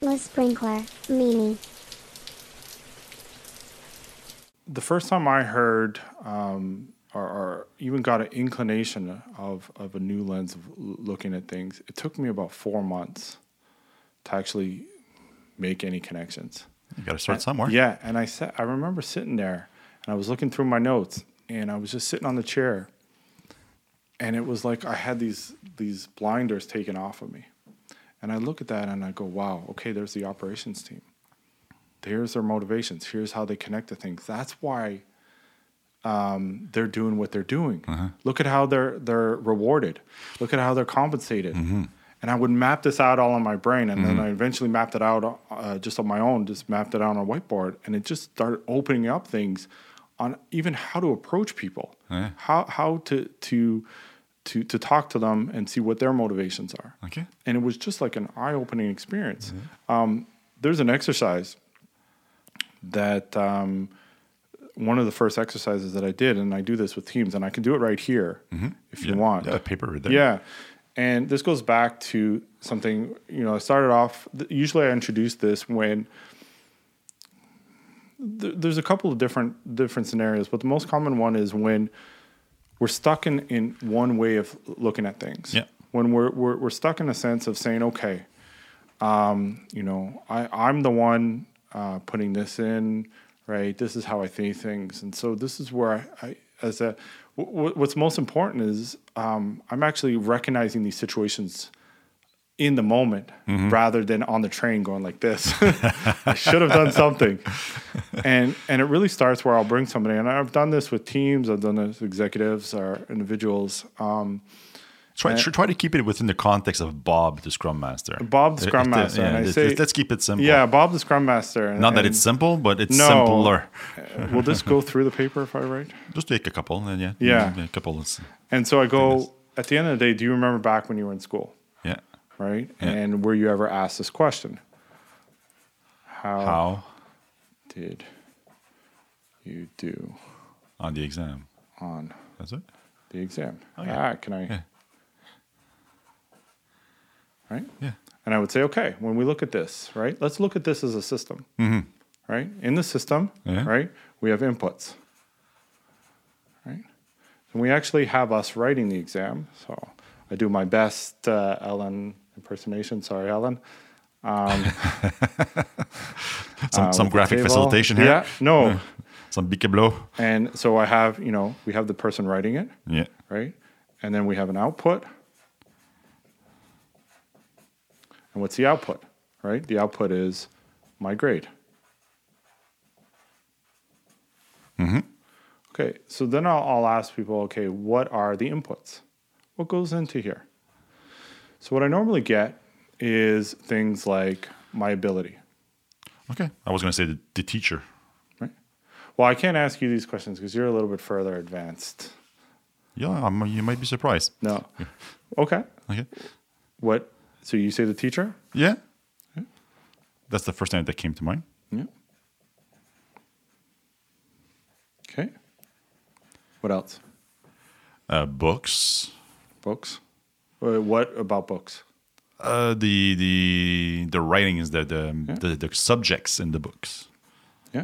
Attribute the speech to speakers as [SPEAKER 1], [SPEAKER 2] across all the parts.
[SPEAKER 1] Le Sprinkler, Mimi.
[SPEAKER 2] The first time I heard, um, or, or even got an inclination of, of a new lens of l- looking at things, it took me about four months to actually make any connections.
[SPEAKER 3] You got to start somewhere.
[SPEAKER 2] Yeah, and I sat, I remember sitting there, and I was looking through my notes, and I was just sitting on the chair, and it was like I had these these blinders taken off of me, and I look at that and I go, wow, okay, there's the operations team, there's their motivations, here's how they connect to things. That's why um, they're doing what they're doing. Look at how they're they're rewarded. Look at how they're compensated. And I would map this out all in my brain, and then I eventually mapped it out uh, just on my own. Just mapped it out on a whiteboard, and it just started opening up things on even how to approach people, how how to to to to talk to them and see what their motivations are.
[SPEAKER 3] Okay.
[SPEAKER 2] And it was just like an eye opening experience.
[SPEAKER 3] Mm-hmm.
[SPEAKER 2] Um, there's an exercise that um, one of the first exercises that I did, and I do this with teams, and I can do it right here if you
[SPEAKER 3] Mm-hmm. Yeah.
[SPEAKER 2] want.
[SPEAKER 3] Yeah, paper right there.
[SPEAKER 2] Yeah. And this goes back to something, you know, I started off, usually I introduce this when th- there's a couple of different different scenarios, but the most common one is when we're stuck in, in one way of looking at things.
[SPEAKER 3] Yeah.
[SPEAKER 2] When we're, we're, we're stuck in a sense of saying, okay, um, you know, I, I'm the one uh, putting this in, right? This is how I think things. And so this is where I, I as a, w- w- what's most important is um, I'm actually recognizing these situations in the moment rather than on the train going like this. I should have done something. And and it really starts where I'll bring somebody, and I've done this with teams, I've done this with executives or individuals. Um,
[SPEAKER 3] Try, tr- try to keep it within the context of Bob, the Scrum Master.
[SPEAKER 2] Bob, the
[SPEAKER 3] It-
[SPEAKER 2] Scrum
[SPEAKER 3] it-
[SPEAKER 2] Master,
[SPEAKER 3] yeah,
[SPEAKER 2] and I
[SPEAKER 3] let's-
[SPEAKER 2] say-
[SPEAKER 3] let's keep it simple.
[SPEAKER 2] yeah, Bob the Scrum Master. and-
[SPEAKER 3] Not that
[SPEAKER 2] and-
[SPEAKER 3] it's simple, but it's
[SPEAKER 2] No.
[SPEAKER 3] simpler.
[SPEAKER 2] Uh, Will this go through the paper if I write?
[SPEAKER 3] Just take a couple, and yeah, mm,
[SPEAKER 2] Yeah.
[SPEAKER 3] a couple. Is,
[SPEAKER 2] And so I
[SPEAKER 3] Goodness.
[SPEAKER 2] go, at the end of the day, do you remember back when you were in school,
[SPEAKER 3] yeah.
[SPEAKER 2] right?
[SPEAKER 3] Yeah.
[SPEAKER 2] And were you ever asked this question? How,
[SPEAKER 3] How
[SPEAKER 2] did you do
[SPEAKER 3] on the exam?
[SPEAKER 2] on
[SPEAKER 3] That's it.
[SPEAKER 2] the exam?
[SPEAKER 3] Oh, yeah.
[SPEAKER 2] Ah, can I?
[SPEAKER 3] Yeah.
[SPEAKER 2] Right?
[SPEAKER 3] Yeah.
[SPEAKER 2] And I would say, okay, when we look at this, right, let's look at this as a system, right? In the system,
[SPEAKER 3] Mm-hmm. Yeah.
[SPEAKER 2] right, we have inputs, right? And we actually have us writing the exam. So I do my best uh, Ellen impersonation. Sorry, Ellen.
[SPEAKER 3] Some,
[SPEAKER 2] Uh,
[SPEAKER 3] some
[SPEAKER 2] with the
[SPEAKER 3] graphic
[SPEAKER 2] table.
[SPEAKER 3] facilitation here.
[SPEAKER 2] Yeah, no.
[SPEAKER 3] Some big blow.
[SPEAKER 2] and so I have, you know, we have the person writing it,
[SPEAKER 3] Yeah.
[SPEAKER 2] right? And then we have an output. And what's the output, right? The output is my grade. Okay, so then I'll, I'll ask people, okay, what are the inputs? What goes into here? So what I normally get is things like my ability,
[SPEAKER 3] Okay. I was going to say the, the teacher.
[SPEAKER 2] right? Well, I can't ask you these questions because you're a little bit further advanced.
[SPEAKER 3] Yeah, I'm, you might be surprised.
[SPEAKER 2] No. Okay.
[SPEAKER 3] Okay.
[SPEAKER 2] What? So you say the teacher?
[SPEAKER 3] Yeah. That's the first thing that came to mind.
[SPEAKER 2] Yeah. Okay. What else?
[SPEAKER 3] Uh, books.
[SPEAKER 2] Books. Uh, what about books?
[SPEAKER 3] Uh, the the the writings, the the,
[SPEAKER 2] Yeah.
[SPEAKER 3] the the subjects in the books.
[SPEAKER 2] Yeah.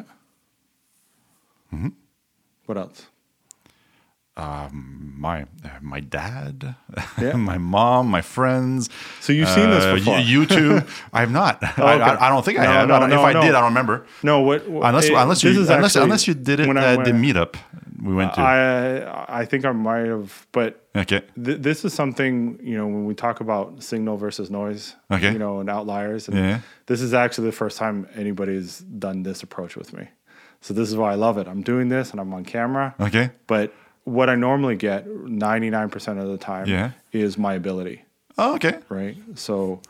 [SPEAKER 2] Mm-hmm.
[SPEAKER 3] Mm-hmm.
[SPEAKER 2] What else?
[SPEAKER 3] My uh, my dad,
[SPEAKER 2] Yeah.
[SPEAKER 3] my mom, my friends.
[SPEAKER 2] So you've seen this
[SPEAKER 3] uh,
[SPEAKER 2] before. Oh,
[SPEAKER 3] y- YouTube. I have not. I,
[SPEAKER 2] okay.
[SPEAKER 3] I, I don't think I
[SPEAKER 2] No,
[SPEAKER 3] have.
[SPEAKER 2] no,
[SPEAKER 3] I don't-
[SPEAKER 2] no,
[SPEAKER 3] if I
[SPEAKER 2] no.
[SPEAKER 3] did, I don't remember.
[SPEAKER 2] No. What? what-
[SPEAKER 3] Unless
[SPEAKER 2] it-
[SPEAKER 3] unless you
[SPEAKER 2] this is
[SPEAKER 3] unless,
[SPEAKER 2] actually
[SPEAKER 3] unless you uh, did it
[SPEAKER 2] when I
[SPEAKER 3] at the
[SPEAKER 2] went-
[SPEAKER 3] meetup we went to.
[SPEAKER 2] I I think I might have, but
[SPEAKER 3] okay.
[SPEAKER 2] th- this is something you know when we talk about signal versus noise
[SPEAKER 3] Okay.
[SPEAKER 2] you know and outliers and
[SPEAKER 3] Yeah.
[SPEAKER 2] this is actually the first time anybody's done this approach with me so this is why i love it i'm doing this and i'm on camera
[SPEAKER 3] Okay.
[SPEAKER 2] but what i normally get 99% of the time
[SPEAKER 3] Yeah.
[SPEAKER 2] is my ability
[SPEAKER 3] Oh, okay.
[SPEAKER 2] right so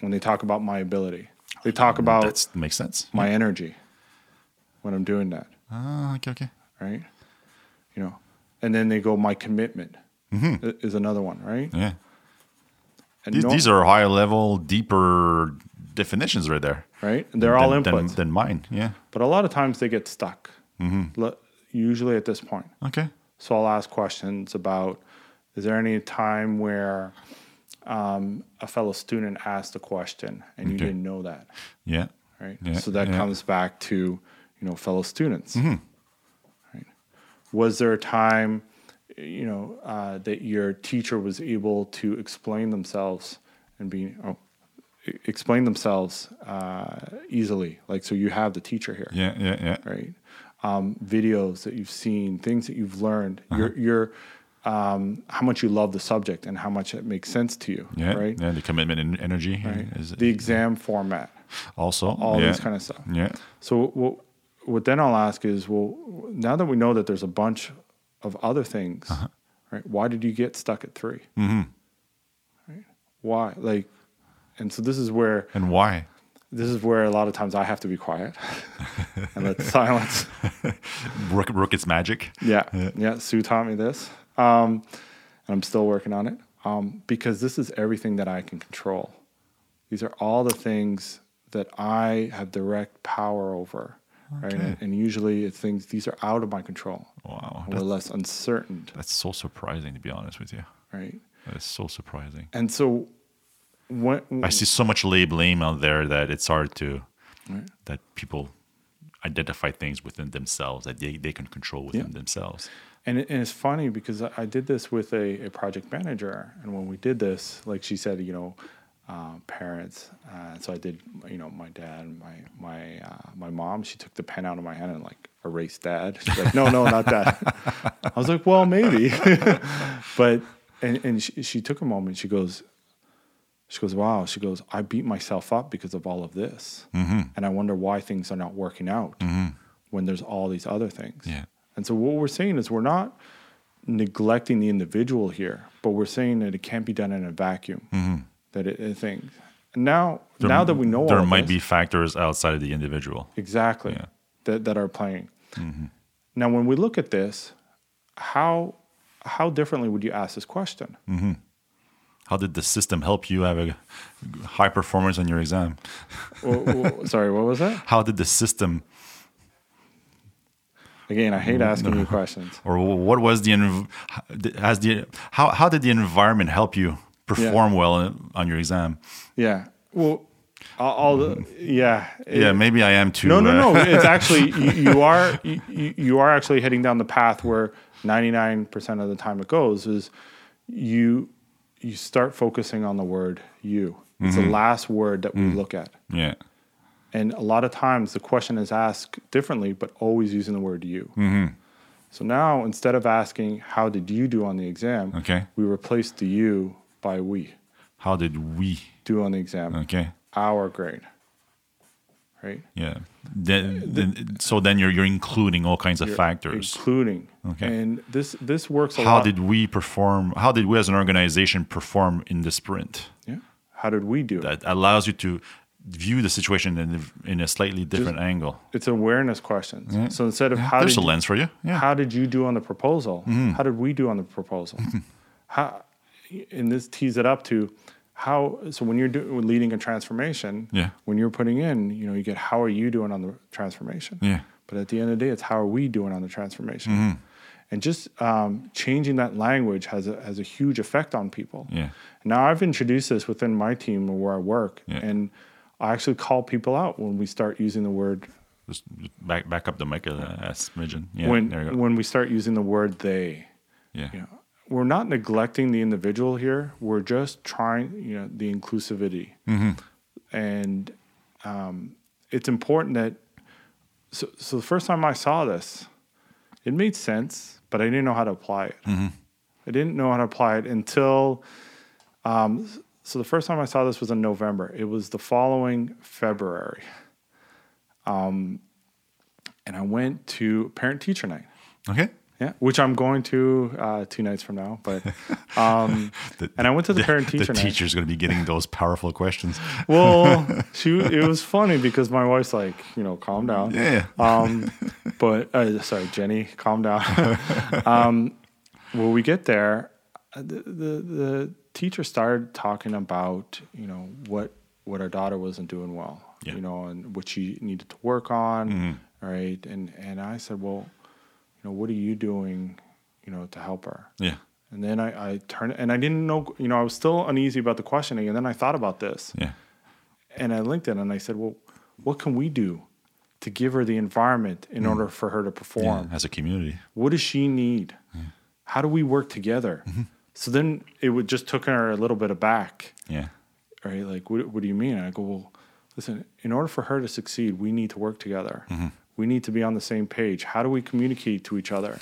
[SPEAKER 2] when they talk about my ability they talk about
[SPEAKER 3] That makes sense.
[SPEAKER 2] my energy when i'm doing that
[SPEAKER 3] Ah, okay, okay.
[SPEAKER 2] right? You know, and then they go, my commitment i- is another one, right?
[SPEAKER 3] Yeah.
[SPEAKER 2] And
[SPEAKER 3] Mm-hmm. These,
[SPEAKER 2] no-
[SPEAKER 3] these are higher level, deeper definitions right there.
[SPEAKER 2] right. And they're all
[SPEAKER 3] than,
[SPEAKER 2] inputs,
[SPEAKER 3] than, than mine. Yeah.
[SPEAKER 2] but a lot of times they get stuck.
[SPEAKER 3] Mm-hmm.
[SPEAKER 2] Lo- Usually at this point,
[SPEAKER 3] Okay.
[SPEAKER 2] so I'll ask questions about: Is there any time where um, a fellow student asked a question and you
[SPEAKER 3] Okay.
[SPEAKER 2] didn't know that,
[SPEAKER 3] Yeah.
[SPEAKER 2] right?
[SPEAKER 3] Yeah,
[SPEAKER 2] so that
[SPEAKER 3] yeah. Mm-hmm.
[SPEAKER 2] comes back to you know fellow students. Right? Was there a time, you know, uh, that your teacher was able to explain themselves and be oh, e- explain themselves uh, easily? Like so, you have the teacher here
[SPEAKER 3] Yeah. Yeah. Yeah.
[SPEAKER 2] right? Um, videos that you've seen, things that you've learned,
[SPEAKER 3] Uh-huh.
[SPEAKER 2] your your um, how much you love the subject and how much it makes sense to you,
[SPEAKER 3] Yeah.
[SPEAKER 2] right?
[SPEAKER 3] Yeah. The commitment and energy
[SPEAKER 2] Right?
[SPEAKER 3] is
[SPEAKER 2] the exam format,
[SPEAKER 3] also
[SPEAKER 2] all
[SPEAKER 3] yeah.
[SPEAKER 2] this kind of stuff.
[SPEAKER 3] Yeah.
[SPEAKER 2] So what what then I'll ask is, well, now that we know that there's a bunch of other things,
[SPEAKER 3] Uh-huh.
[SPEAKER 2] right? Why did you get stuck at 3 Right?
[SPEAKER 3] Mm-hmm.
[SPEAKER 2] Why like? And so this is where
[SPEAKER 3] And why?
[SPEAKER 2] this is where a lot of times I have to be quiet and let silence
[SPEAKER 3] Rook, Rooket's magic.
[SPEAKER 2] Yeah, yeah. Sue taught me this, um, and I'm still working on it um, because this is everything that I can control. These are all the things that I have direct power over, right?
[SPEAKER 3] Okay.
[SPEAKER 2] And, and usually it's things these are out of my control
[SPEAKER 3] Wow.
[SPEAKER 2] or
[SPEAKER 3] That,
[SPEAKER 2] less uncertain,
[SPEAKER 3] that's so surprising, to be honest with you.
[SPEAKER 2] right?
[SPEAKER 3] That is so surprising.
[SPEAKER 2] And so, when
[SPEAKER 3] I see so much labeling out there that it's hard to that people identify things within themselves that they, they can control within
[SPEAKER 2] Yeah.
[SPEAKER 3] themselves.
[SPEAKER 2] And, it, and it's funny because I, I did this with a, a project manager, and when we did this, like she said, you know, uh, parents. Uh, so I did, you know, my dad and my my uh, my mom. She took the pen out of my hand and like erased dad. She's like, no, no, not dad. I was like, well, maybe, but and and she, she took a moment. She goes, she goes, wow. She goes, I beat myself up because of all of this, and I wonder why things are not working out when there's all these other things.
[SPEAKER 3] Yeah.
[SPEAKER 2] And so what we're saying is we're not neglecting the individual here, but we're saying that it can't be done in a vacuum. That it, it things. And now, now that we know
[SPEAKER 3] Mm-hmm. there
[SPEAKER 2] all
[SPEAKER 3] might
[SPEAKER 2] this,
[SPEAKER 3] be factors outside of the individual.
[SPEAKER 2] exactly
[SPEAKER 3] Yeah. Mm-hmm.
[SPEAKER 2] that that are playing. Now, when we look at this, how how differently would you ask this question?
[SPEAKER 3] How did the system help you have a high performance on your exam?
[SPEAKER 2] Well, well, sorry, what was that?
[SPEAKER 3] How did the system
[SPEAKER 2] Again, I hate asking you questions.
[SPEAKER 3] or what was the env- has the how how did the environment help you perform well on your exam?
[SPEAKER 2] Yeah. Well, all, all the yeah.
[SPEAKER 3] Yeah, maybe I am too.
[SPEAKER 2] No,
[SPEAKER 3] uh,
[SPEAKER 2] no, no. It's actually you, you are you, you you are actually heading down the path where ninety nine percent of the time it goes is you you start focusing on the word you. It's
[SPEAKER 3] Mm-hmm.
[SPEAKER 2] the last word that we
[SPEAKER 3] Mm.
[SPEAKER 2] look at,
[SPEAKER 3] Yeah.
[SPEAKER 2] and a lot of times the question is asked differently, but always using the word you.
[SPEAKER 3] Mm-hmm.
[SPEAKER 2] So now instead of asking how did you do on the exam,
[SPEAKER 3] Okay.
[SPEAKER 2] we replace the you by we
[SPEAKER 3] How did we?
[SPEAKER 2] do on the exam.
[SPEAKER 3] Okay.
[SPEAKER 2] Our grade, right?
[SPEAKER 3] Yeah. Then, then so then you're you're including all kinds of factors.
[SPEAKER 2] including.
[SPEAKER 3] Okay.
[SPEAKER 2] And this this works a
[SPEAKER 3] How
[SPEAKER 2] lot.
[SPEAKER 3] did we perform? How did we as an organization perform in the sprint?
[SPEAKER 2] yeah. How did we do? it?
[SPEAKER 3] That allows you to view the situation in in a slightly different angle.
[SPEAKER 2] It's awareness questions. So instead of how
[SPEAKER 3] There's
[SPEAKER 2] did
[SPEAKER 3] a lens for you. Yeah. Mm-hmm.
[SPEAKER 2] how did you do on the proposal? How did we do on the proposal? how and this tees it up to how so when you're do, when leading a transformation,
[SPEAKER 3] Yeah.
[SPEAKER 2] when you're putting in, you know, you get how are you doing on the transformation?
[SPEAKER 3] Yeah. Mm-hmm.
[SPEAKER 2] But at the end of the day, it's how are we doing on the transformation? And just um, changing that language has a, has a huge effect on people.
[SPEAKER 3] Yeah.
[SPEAKER 2] Now I've introduced this within my team and where I work,
[SPEAKER 3] Yeah.
[SPEAKER 2] and I actually call people out when we start using the word
[SPEAKER 3] Just back back up the mic a, a smidgen. Yeah.
[SPEAKER 2] when
[SPEAKER 3] there you go.
[SPEAKER 2] when we start using the word they.
[SPEAKER 3] yeah.
[SPEAKER 2] You know, we're not neglecting the individual here. We're just trying, you know, the inclusivity, and um, it's important that. So, so the first time I saw this, it made sense, but I didn't know how to apply it. I didn't know how to apply it until. Um, so the first time I saw this was in November. It was the following February, um, and I went to parent teacher night.
[SPEAKER 3] Okay.
[SPEAKER 2] Yeah, which I'm going to uh, two nights from now. But um,
[SPEAKER 3] The-
[SPEAKER 2] and I went to the parent teacher
[SPEAKER 3] The
[SPEAKER 2] night.
[SPEAKER 3] teacher's going to be getting those powerful questions.
[SPEAKER 2] Well, she it was funny because my wife's like, you know, calm down.
[SPEAKER 3] Yeah.
[SPEAKER 2] Um, but uh, sorry, Jenny, calm down. um, when we get there, uh, the, the the teacher started talking about you know what what our daughter wasn't doing well,
[SPEAKER 3] Yeah. Mm-hmm.
[SPEAKER 2] you know, and what she needed to work on, right? And and I said, well, you know, what are you doing, you know, to help her?
[SPEAKER 3] yeah.
[SPEAKER 2] And then I, I turned, and I didn't know, you know, I was still uneasy about the questioning. And then I thought about this
[SPEAKER 3] Yeah.
[SPEAKER 2] and I linked it and I said, well, what can we do to give her the environment in order for her to
[SPEAKER 3] Mm-hmm. yeah.
[SPEAKER 2] perform?
[SPEAKER 3] As a community.
[SPEAKER 2] What does she need? How do we work together?
[SPEAKER 3] Mm-hmm.
[SPEAKER 2] So then it would just took her a little bit aback,
[SPEAKER 3] Yeah.
[SPEAKER 2] right? Like, what, what do you mean? And I go, well, listen, in order for her to succeed, we need to work together.
[SPEAKER 3] Mm-hmm.
[SPEAKER 2] We need to be on the same page. How do we communicate to each other?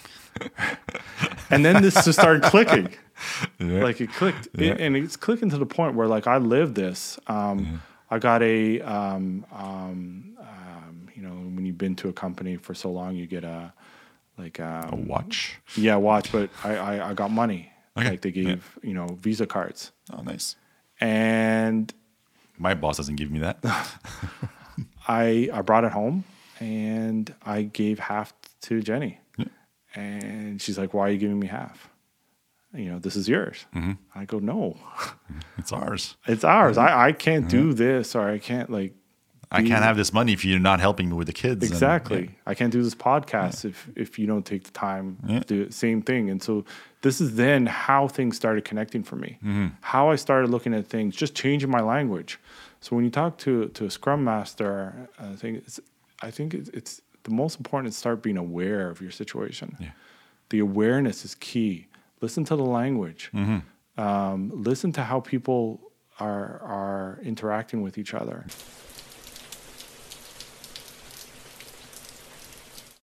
[SPEAKER 2] and then this just started clicking. Like it clicked, It- and it's clicking to the point where like I live this. Um, I got a, um, um, um, you know, when you've been to a company for so long, you get a like um,
[SPEAKER 3] Oh. Watch.
[SPEAKER 2] yeah, watch, but I, I, I got money.
[SPEAKER 3] Okay.
[SPEAKER 2] Like they gave, you know, Visa cards.
[SPEAKER 3] Oh, nice.
[SPEAKER 2] And
[SPEAKER 3] My boss doesn't give me that.
[SPEAKER 2] I, I brought it home and I gave half to Jenny. And she's like, why are you giving me half? You know, this is yours. I go, no,
[SPEAKER 3] it's ours.
[SPEAKER 2] it's ours. I, I can't do this or I can't like,
[SPEAKER 3] I can't have this money if you're not helping me with the kids. and-
[SPEAKER 2] exactly. I can't do this podcast if, if you don't take the time
[SPEAKER 3] Yeah.
[SPEAKER 2] to do it. Same thing. And so this is then how things started connecting for me,
[SPEAKER 3] Mm-hmm.
[SPEAKER 2] how I started looking at things, just changing my language. So when you talk to, to a scrum master, I think it's, I think it's, it's the most important is start being aware of your situation.
[SPEAKER 3] Yeah.
[SPEAKER 2] The awareness is key. Listen to the language.
[SPEAKER 3] Mm-hmm.
[SPEAKER 2] Um, listen to how people are are interacting with each other.